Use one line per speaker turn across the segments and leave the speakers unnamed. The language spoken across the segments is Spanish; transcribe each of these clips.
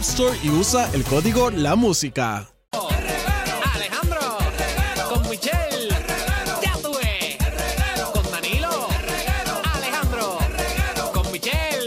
Store y usa el código La Música.
Alejandro, con Michelle, ya tuve, con Danilo, Alejandro, con Michelle,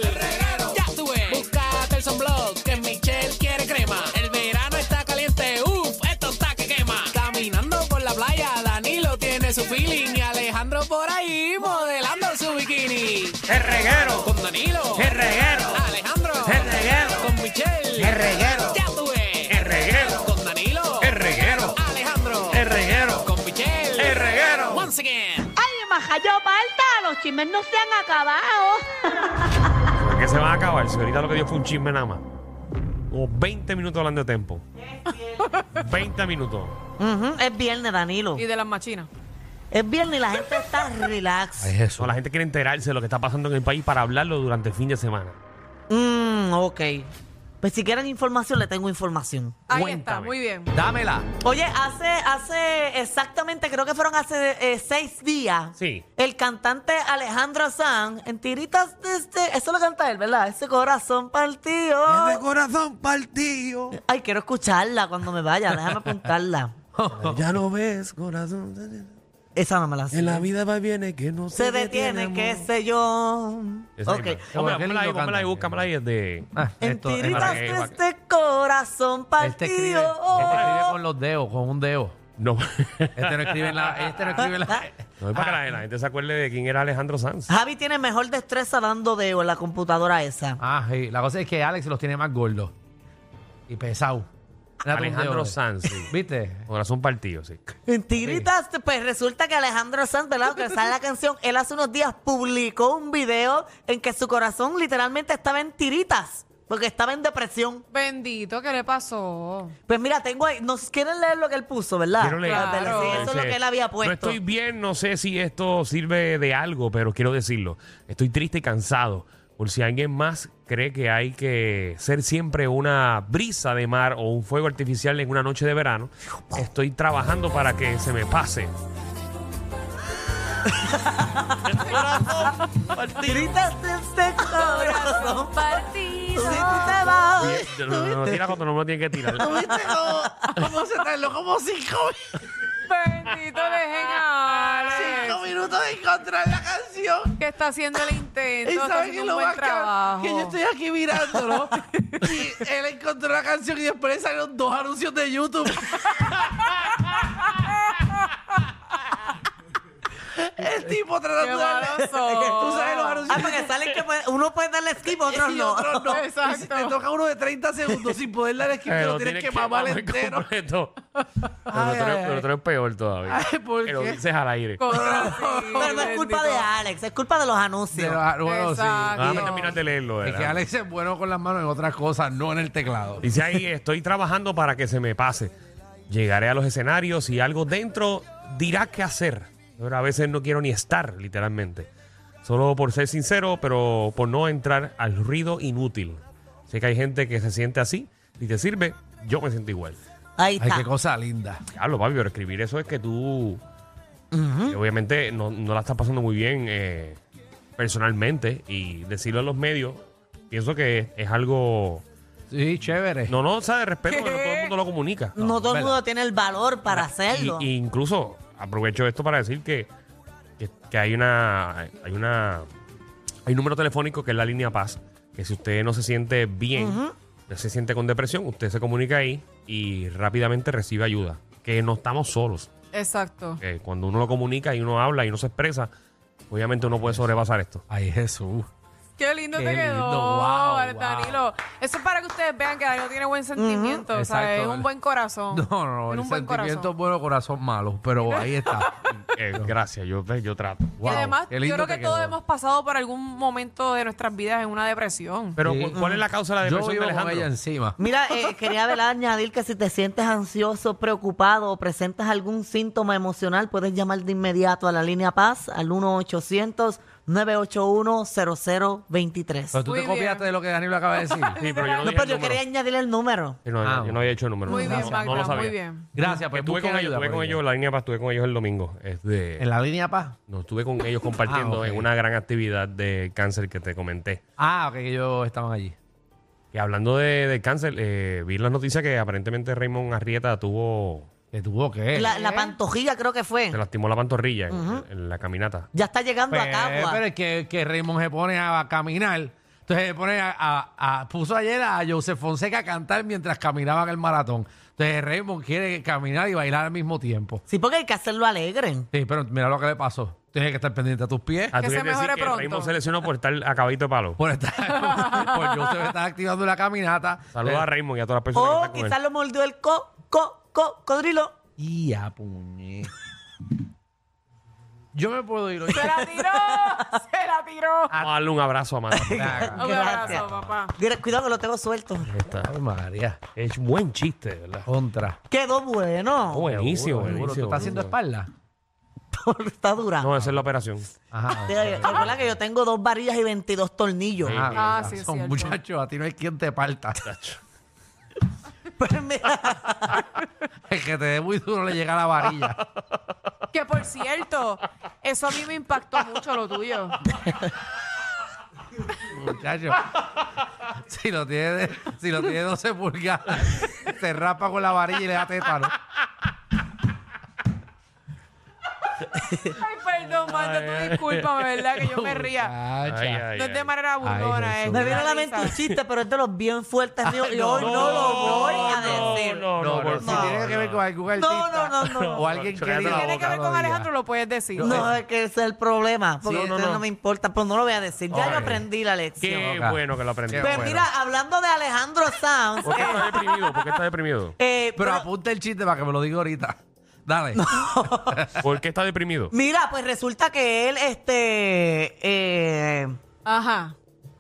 ya tuve. Búscate el sunblock que Michelle quiere crema. El verano está caliente, uff, esto está que quema. Caminando por la playa, Danilo tiene su feeling y Alejandro por ahí modelando su bikini.
El reguero,
Con Danilo,
el reguero,
Alejandro,
el reguero,
con Michelle,
el reguero,
ya tuve.
el reguero,
Con Danilo,
el reguero,
Alejandro,
el reguero,
con Michelle.
el reguero.
Once again.
¡Ay, majayo palta! Los chismes no se han acabado.
¿Por qué se va a acabar? Si ahorita lo que dio fue un chisme nada más. Como 20 minutos hablando de tiempo. 20 minutos.
Ujú, Es viernes, Danilo.
Y de las machinas.
Es viernes y la gente está relax.
Eso, la gente quiere enterarse de lo que está pasando en el país para hablarlo durante el fin de semana.
Mm, ok. Pues si quieren información, le tengo información.
Ahí está,
Cuéntame.
muy bien.
Dámela.
Oye, hace, hace exactamente, creo que fueron hace eh, seis días.
Sí.
El cantante Alejandro Sanz, en tiritas desde. Eso lo canta él, ¿verdad? Ese corazón partido.
corazón partido.
Ay, quiero escucharla cuando me vaya, déjame apuntarla.
Ya no ves, corazón.
Esa no me la sé.
En la vida va y viene que no se,
Se detiene, qué sé yo.
Esa
Ok.
misma. Pónmela, pónmela ahí, pónmela ahí, búscamela ahí desde.
Ah,
En
esto, él,
tiritas
que-
de este corazón
este escribe,
partido. Oh.
este escribe con los dedos, con un dedo.
No,
Este no escribe en la. Este no escribe en la.
no es para que la- la gente se acuerde de quién era Alejandro Sanz.
Javi tiene mejor destreza dando dedo en la computadora esa.
Ah, sí. La cosa es que Alex los tiene más gordos y pesados. Date un
Alejandro
dedo.
Sanz, sí.
¿Viste?
Corazón partido, sí.
En Tigritas, pues resulta que Alejandro Sanz, ¿verdad? Que sale la canción, él hace unos días publicó un video en que su corazón literalmente estaba en tiritas, porque estaba en depresión.
Bendito, ¿qué le pasó?
Pues mira, tengo ahí, nos quieren leer lo que él puso, ¿verdad?
Quiero leer.
Ah,
Claro.
sí, eso es lo que él había
No
puesto.
estoy bien, no sé si esto sirve de algo, pero quiero decirlo. Estoy triste y cansado. Por si alguien más cree que hay que ser siempre una brisa de mar o un fuego artificial en una noche de verano, estoy trabajando para que se me pase.
Tiritas de este corazón partido. Si tú te vas,
eh, No, no, no, no, tira cuando no me lo tiene que tirar.
¿Cómo se tardó? Como cinco,
Bendito, dejen a Alex,
minutos de encontrar la canción.
que está haciendo el intento, está haciendo un buen trabajo.
aquí mirándolo. y él encontró la canción y después salieron dos anuncios de YouTube. El tipo
Qué malos son.
ah, porque salen que puede- uno puede darle skip, otros no.
Exacto.
toca uno de 30 segundos sin poder dar skip,
Eh,
te
lo tienes mamar completo. Pero
Ay,
el otro-
ay,
el otro es peor todavía.
Ay, ¿por
Que lo
qué?
dices al aire.
Contra- sí,
Pero no es culpa de
bendito.
Alex, es culpa de los anuncios.
Pero, ah, bueno, sí.
Exacto.
Déjame terminar de leerlo.
Es que
¿verdad?
Alex es bueno con las manos en otras cosas, no en el teclado.
Dice ahí, estoy trabajando para que se me pase. Llegaré a los escenarios y algo dentro dirá qué hacer. Pero a veces no quiero ni estar, literalmente. Solo por ser sincero, pero por no entrar al ruido inútil. Sé que hay gente que se siente así y te sirve, yo me siento igual.
Ahí
Ay,
está.
qué cosa linda.
Hablo, papi, pero escribir eso es que tú... que Obviamente no, no la estás pasando muy bien eh, personalmente y decirlo a los medios, pienso que es algo...
Sí, chévere.
No, no, o sea, de respeto, pero todo el mundo lo comunica.
no todo el
¿verdad?
mundo tiene el valor para
Y,
hacerlo.
y incluso aprovecho esto para decir que, que, que hay una hay una hay un número telefónico que es la línea Paz, que que si usted no se siente bien, no se siente con depresión, usted se comunica ahí y rápidamente recibe ayuda. Que no estamos solos.
Exacto.
Que cuando uno lo comunica y uno habla y uno se expresa, obviamente uno puede sobrepasar esto.
Ay, Jesús.
Qué lindo
Qué
te quedó,
lindo, wow,
Danilo. Eso es para que ustedes vean que Danilo tiene buen sentimiento,
Ujú.
¿sabes?
Exacto.
Es un buen corazón.
No, no,
Tiene
el
un buen
sentimiento
corazón.
bueno, corazón malo, pero ahí está.
Eh, gracias, yo, yo trato.
y además,
qué lindo
yo creo que
te
todos
quedó.
hemos pasado por algún momento de nuestras vidas en una depresión.
Pero,
Sí.
¿cu- ¿cuál es la causa de la
Yo
depresión de
vivo con ella
Alejandro?
encima.
Mira, eh, quería ¿verdad? añadir que si te sientes ansioso, preocupado o presentas algún síntoma emocional, puedes llamar de inmediato a la línea Paz al 1-800-981-0023.
Pero tú
Muy
te
bien.
copiaste de lo que Danilo acaba de decir.
Sí, pero yo no,
No,
dije
pero
el
yo
número.
quería añadir el número.
Sí, no, yo-
Ah.
yo no había hecho el número.
muy
no,
bien,
no,
Magda,
no lo sabía.
muy bien.
Gracias, pues
estuve con
busquen
ellos,
ayuda
estuve
por
con
ella.
ellos, la línea para estuve con ellos el domingo. Este,
En la línea paz.
No, estuve con ellos compartiendo
Ah, ok.
en una gran actividad de cáncer que te comenté.
Ah, ok, que ellos estaban allí.
Y hablando de, de cáncer, eh, vi la noticia que aparentemente Raymond Arrieta tuvo,
¿Que tuvo que
La, la pantojilla creo que fue.
se lastimó la pantorrilla en, en la caminata.
Ya está llegando
Pero,
a Cagua.
Pues, pero es que, que Raymond se pone a, caminar. Entonces se pone a, a- a- Puso ayer a Joseph Fonseca a cantar mientras caminaban el maratón. Entonces Raymond quiere caminar y bailar al mismo tiempo.
Sí, porque hay que hacerlo alegre.
Sí, pero mira lo que le pasó. Tienes que estar pendiente a tus pies.
Ah,
Que
¿tú
se
quieres decir
mejore
que
pronto.
Raymond se lesionó por estar a caballito de palo.
Por estar. por Joseph está activando la caminata. Eh,
Saludos a Raymond y a todas las personas
O
que están con
Oh, quizás
él.
lo mordió el co, co, co, codrilo.
Y a puñe. Yo me puedo ir hoy.
¡Se la tiró! ¡Se la tiró!
Vamos a darle un abrazo a Amanda.
Ay,
Un
Gracias.
abrazo, papá.
Mira, Cuidado que lo tengo suelto.
María.
Es buen chiste, ¿verdad?
Contra.
Quedó bueno.
buenísimo,
Seguro,
buenísimo.
¿Tú estás haciendo espalda?
está dura.
No, esa es la operación.
Ajá.
Sí, Recuerda que yo tengo dos varillas y 22 tornillos.
Sí.
Ah, sí, es
son
cierto.
muchachos, a ti no hay quien te parta.
Pues mira,
El que te dé muy duro le llega la varilla.
Que por cierto, eso a mí me impactó mucho lo tuyo.
Muchacho. Si lo tiene, de- si lo tiene 12 pulgadas, te rapa con la varilla y le da tétano.
Ay, perdón, Manda, tú discúlpame, ¿verdad? Que yo me ría.
Muchacha.
Ay, ay,
No es de
ay.
manera burlona,
Ay,
es
Jesús.
me
de
viene a la mente
risa.
un chiste, pero es de los bien fuertes míos y hoy no, lo voy a
no,
decir.
No, no,
No,
no,
pero si
no.
tiene que ver con algún
no,
artista
no, no, no.
o alguien
Cállate
que
la
Tiene que ver con Alejandro, lo puedes decir.
No, es que ese es el problema. Porque
Sí, no,
entonces
no.
no, me importa, pero no lo voy a decir. Ya
Ok.
yo aprendí la lección.
Qué
Ok.
bueno que lo aprendí.
Qué
Pues
bueno.
mira, hablando de Alejandro Sanz,
¿Por qué
eh,
está deprimido? ¿Por qué está deprimido?
eh,
Pero
pero-
apunta el chiste para que me lo diga ahorita. Dale.
¿Por qué está deprimido?
mira, pues resulta que él, este, eh,
Ajá.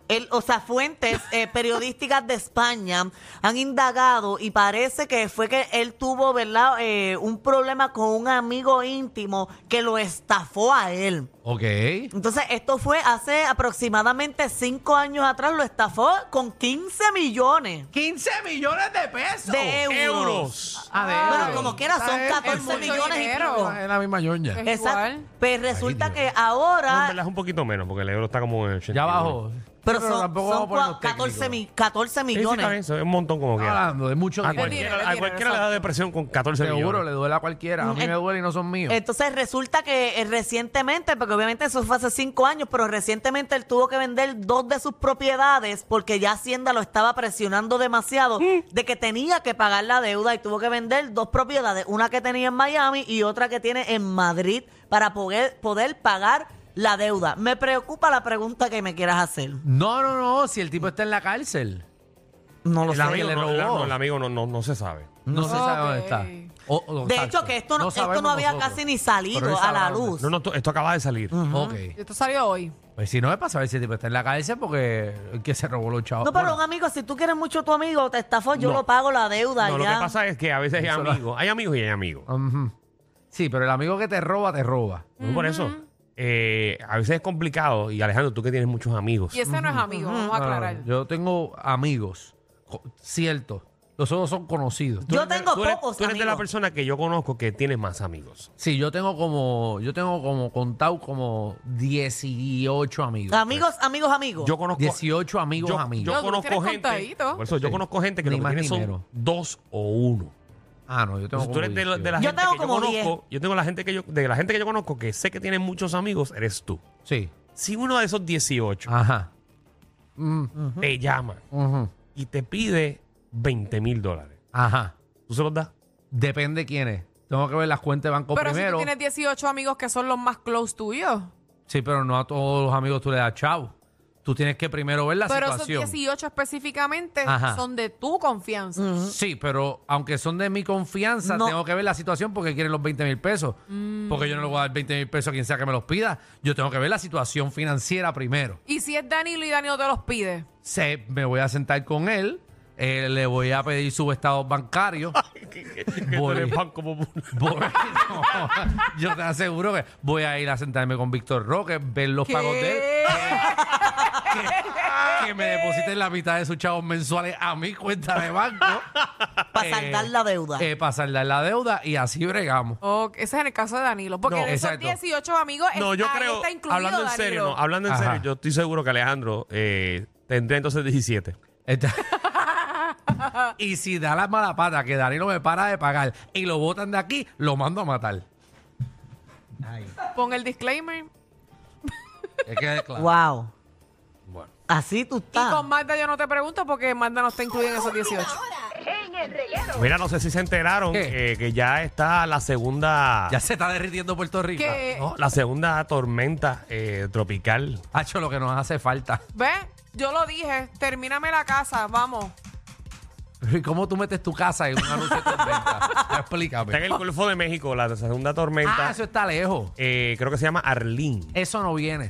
El- o sea, fuentes eh, periodísticas de España han indagado y parece que fue que él tuvo, ¿verdad?, eh, un problema con un amigo íntimo que lo estafó a él.
ok.
Entonces, esto fue hace aproximadamente cinco años atrás, lo estafó con 15 millones
15 millones de pesos.
de
Oh,
euros.
Ah, de
Bueno,
euros.
como quiera, son
Es
14
mucho
millones y
dinero.
pico.
Ah, Es la misma ñoña.
Es
Exacto.
igual.
Pues resulta
Ay,
que
Dios.
No, en verdad
ahora...
es un poquito menos, porque el euro está como en 80.
Ya abajo.
Pero son,
tampoco
son
vamos a ponernos
cua- 14,
técnicos.
mi- 14
Sí, sí, está bien,
millones.
eso es un montón como
Estamos
que.
hablando de mucho
A
dinero.
dinero,
Ah, cualquiera, a
dinero,
cualquiera le da
exacto.
depresión con 14
Seguro, le
millones.
duele a cualquiera. A mí
Mm,
me
eh,
duele y no son míos.
Entonces resulta que eh, recientemente, porque obviamente eso fue hace cinco años, pero recientemente él tuvo que vender dos de sus propiedades porque ya Hacienda lo estaba presionando demasiado
Mm.
de que tenía que pagar la deuda y tuvo que vender dos propiedades, una que tenía en Miami y otra que tiene en Madrid para poder, poder pagar la deuda. Me preocupa la pregunta que me quieras hacer.
No, no, no. Si el tipo está en la cárcel,
No lo
El
sé.
amigo,
le
no, el-
robó.
no, el amigo no, no, no se sabe.
no se sabe
Ok.
dónde está. O- o-
De
exacto.
hecho, que esto no, esto no
sabemos
había
nosotros.
casi ni
Pero él
salido a
sabrá
la
dónde
luz.
No, no, esto, esto acaba de salir.
Mm.
Ok.
Esto salió hoy.
Pues si no es para saber si el tipo está en la cárcel porque el que se robó los chavos.
No, pero un
Bueno,
amigo, si tú quieres mucho a tu amigo, te estafó, yo
Ah, No.
lo pago la deuda
No, lo
ya.
que pasa es que a veces hay
Eso la-
amigos. Hay amigos y hay amigos.
ujú. Sí, pero el amigo que te roba, te roba.
No, Por
Mm.
eso, eh, a veces es complicado. Y Alejandro, tú que tienes muchos amigos.
Y ese no es amigo, vamos a
No, no, no.
aclarar.
Yo tengo amigos, co- cierto. Los otros son conocidos.
Yo tengo
Tú eres,
pocos
tú eres de
amigos.
la persona que yo conozco que tiene más amigos.
Sí, yo tengo como, yo tengo como contado como 18 amigos.
Amigos, amigos, amigos.
Yo conozco
18 amigos,
yo,
amigos.
yo
No, tú los
conozco
tienes
gente.
contaditos.
Por eso, yo
Sí.
conozco gente que
Ni
lo que
más
tiene
ni
son
menos.
dos o uno.
ah, no, yo tengo
Entonces, tú
como
eres de, la-
18.
de la
Yo
gente
tengo
que yo
como
conozco. Yo tengo la gente que yo, de la gente que yo conozco que sé que tiene muchos amigos, eres tú.
Sí,
Si uno de esos 18
ajá.
te llama
Ujú.
y te pide 20 mil dólares.
Ajá.
¿Tú se los das?
Depende quién es. Tengo que ver las cuentas de banco
Pero si tú
primero.
tienes 18 amigos que son los más close tuyos.
Sí, pero no a todos los amigos tú le das chavo. Tú tienes que primero ver la
Pero esos
situación.
18 específicamente
Ajá.
son de tu confianza.
Sí, pero aunque son de mi confianza,
No.
tengo que ver la situación porque quieren los 20 mil pesos. Porque yo no le voy a dar 20 mil pesos a quien sea que me los pida. Yo tengo que ver la situación financiera primero.
Y si es Danilo y Danilo te los pide.
Se, me voy a sentar con él, eh, le voy a pedir sus estados bancarios. Voy-
Banco Popular.
voy- no, yo te aseguro que voy a ir a sentarme con Víctor Roque, ver los pagos de él. que me depositen la mitad de sus chavos mensuales a mi cuenta de banco.
Para
Eh,
saldar la deuda.
eh, para saldar la deuda y así bregamos.
Ok, ese es en el caso de Danilo. Porque
No,
de esos
exacto.
18 amigos,
No,
el-
yo
ahí
creo.
está incluido
Hablando en
Danilo.
serio, no. Hablando en
Ajá.
serio, yo estoy seguro que Alejandro eh, tendría entonces 17.
Está- Este- y si da la mala pata que Danilo me para de pagar y lo botan de aquí, lo mando a matar.
Pon el disclaimer.
Que quede claro.
Wow.
Bueno.
Así tú
Y
estás.
con Magda yo no te pregunto porque Magda no está incluida en esos 18.
Mira, no sé si se enteraron
¿Qué?
eh, que ya está la segunda.
Ya se está derritiendo Puerto Rico.
Que,
no, la segunda tormenta eh, tropical.
Ha hecho lo que nos hace falta.
¿ves? Yo lo dije, termíname la casa, vamos.
¿Y cómo tú metes tu casa en un anuncio de tormenta? Explícame.
Está en el Golfo de México, la segunda
Ah,
tormenta.
eso está lejos.
eh, creo que se llama Arlín.
Eso no viene.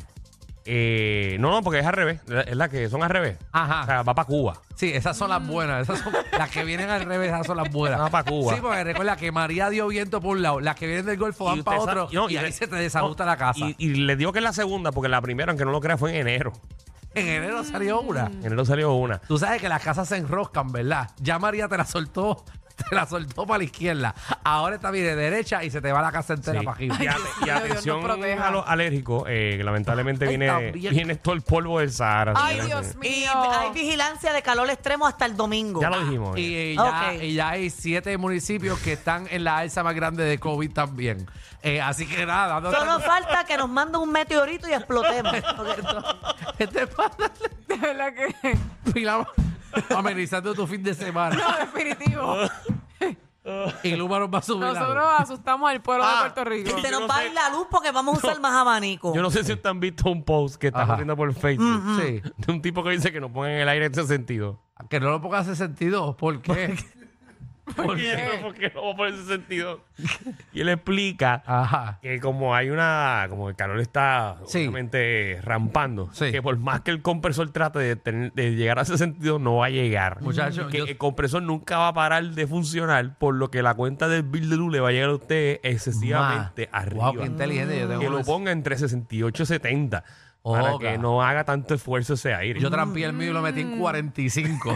Eh, no, no, porque es al revés. la- Es la que son al revés.
Ajá.
O sea, va para Cuba.
Sí, esas son las buenas. Esas son, las que vienen al revés, esas son las buenas.
Ah, Mm. pa' Cuba.
Sí, porque recuerda que María dio viento por un lado, las que vienen del Golfo van para
usted sabe-
otro
no,
y, ahí
le-
se te desajusta
no,
la casa.
Y, y le digo que es la segunda, porque la primera, aunque no lo crea, fue en enero.
En enero salió una.
En enero salió una.
Tú sabes que las casas se enroscan, ¿verdad? Ya María te la soltó, te la soltó para la izquierda. Ahora esta viene derecha y se te va la casa entera
Sí.
para arriba.
Y, ale- y
Dios nos
atención
proteja.
a los alérgicos, eh, que lamentablemente
Ay,
viene,
también.
viene todo el polvo del Sahara.
Ay,
señores.
Dios
Y
mío.
hay vigilancia de calor extremo hasta el domingo.
Ya lo dijimos.
Y,
eh.
eh, ya,
Ok.
y ya hay siete municipios que están en la alza más grande de COVID también. Eh, así que nada, no-
Solo falta que nos mande un meteorito y explotemos. Porque-
este es para
De verdad que.
Pilar, amenizando tu fin de semana.
No, definitivo.
Y Luma nos va a subir la luz.
Nosotros asustamos al pueblo
Ah,
de Puerto Rico.
y se nos va a ir la luz porque vamos a usar más abanico.
Yo no sé si ustedes han visto un post que está
Ajá.
corriendo por Facebook
Sí.
de un tipo que dice que no pongan el aire en ese sentido.
Que no lo pongas en sentido. ¿Por qué? ¿Por
Y yo,
qué?
¿Por qué no va a poner ese sentido? Y él explica
Ajá.
que como hay una, como el calor está
Ah. Sí.
obviamente rampando,
Sí.
que por más que el compresor trate de, tener- de llegar a ese sentido, no va a llegar.
Muchacho,
Y que
yo-
el compresor nunca va a parar de funcionar, por lo que la cuenta del bill de luz le va a llegar a usted excesivamente
Ma.
arriba.
Wow, qué inteligente. Yo, tengo
que lo
uno-
ponga entre 68 y 70
Oh,
para
claro.
que no haga tanto esfuerzo ese aire.
yo trampié el mío y lo metí en 45.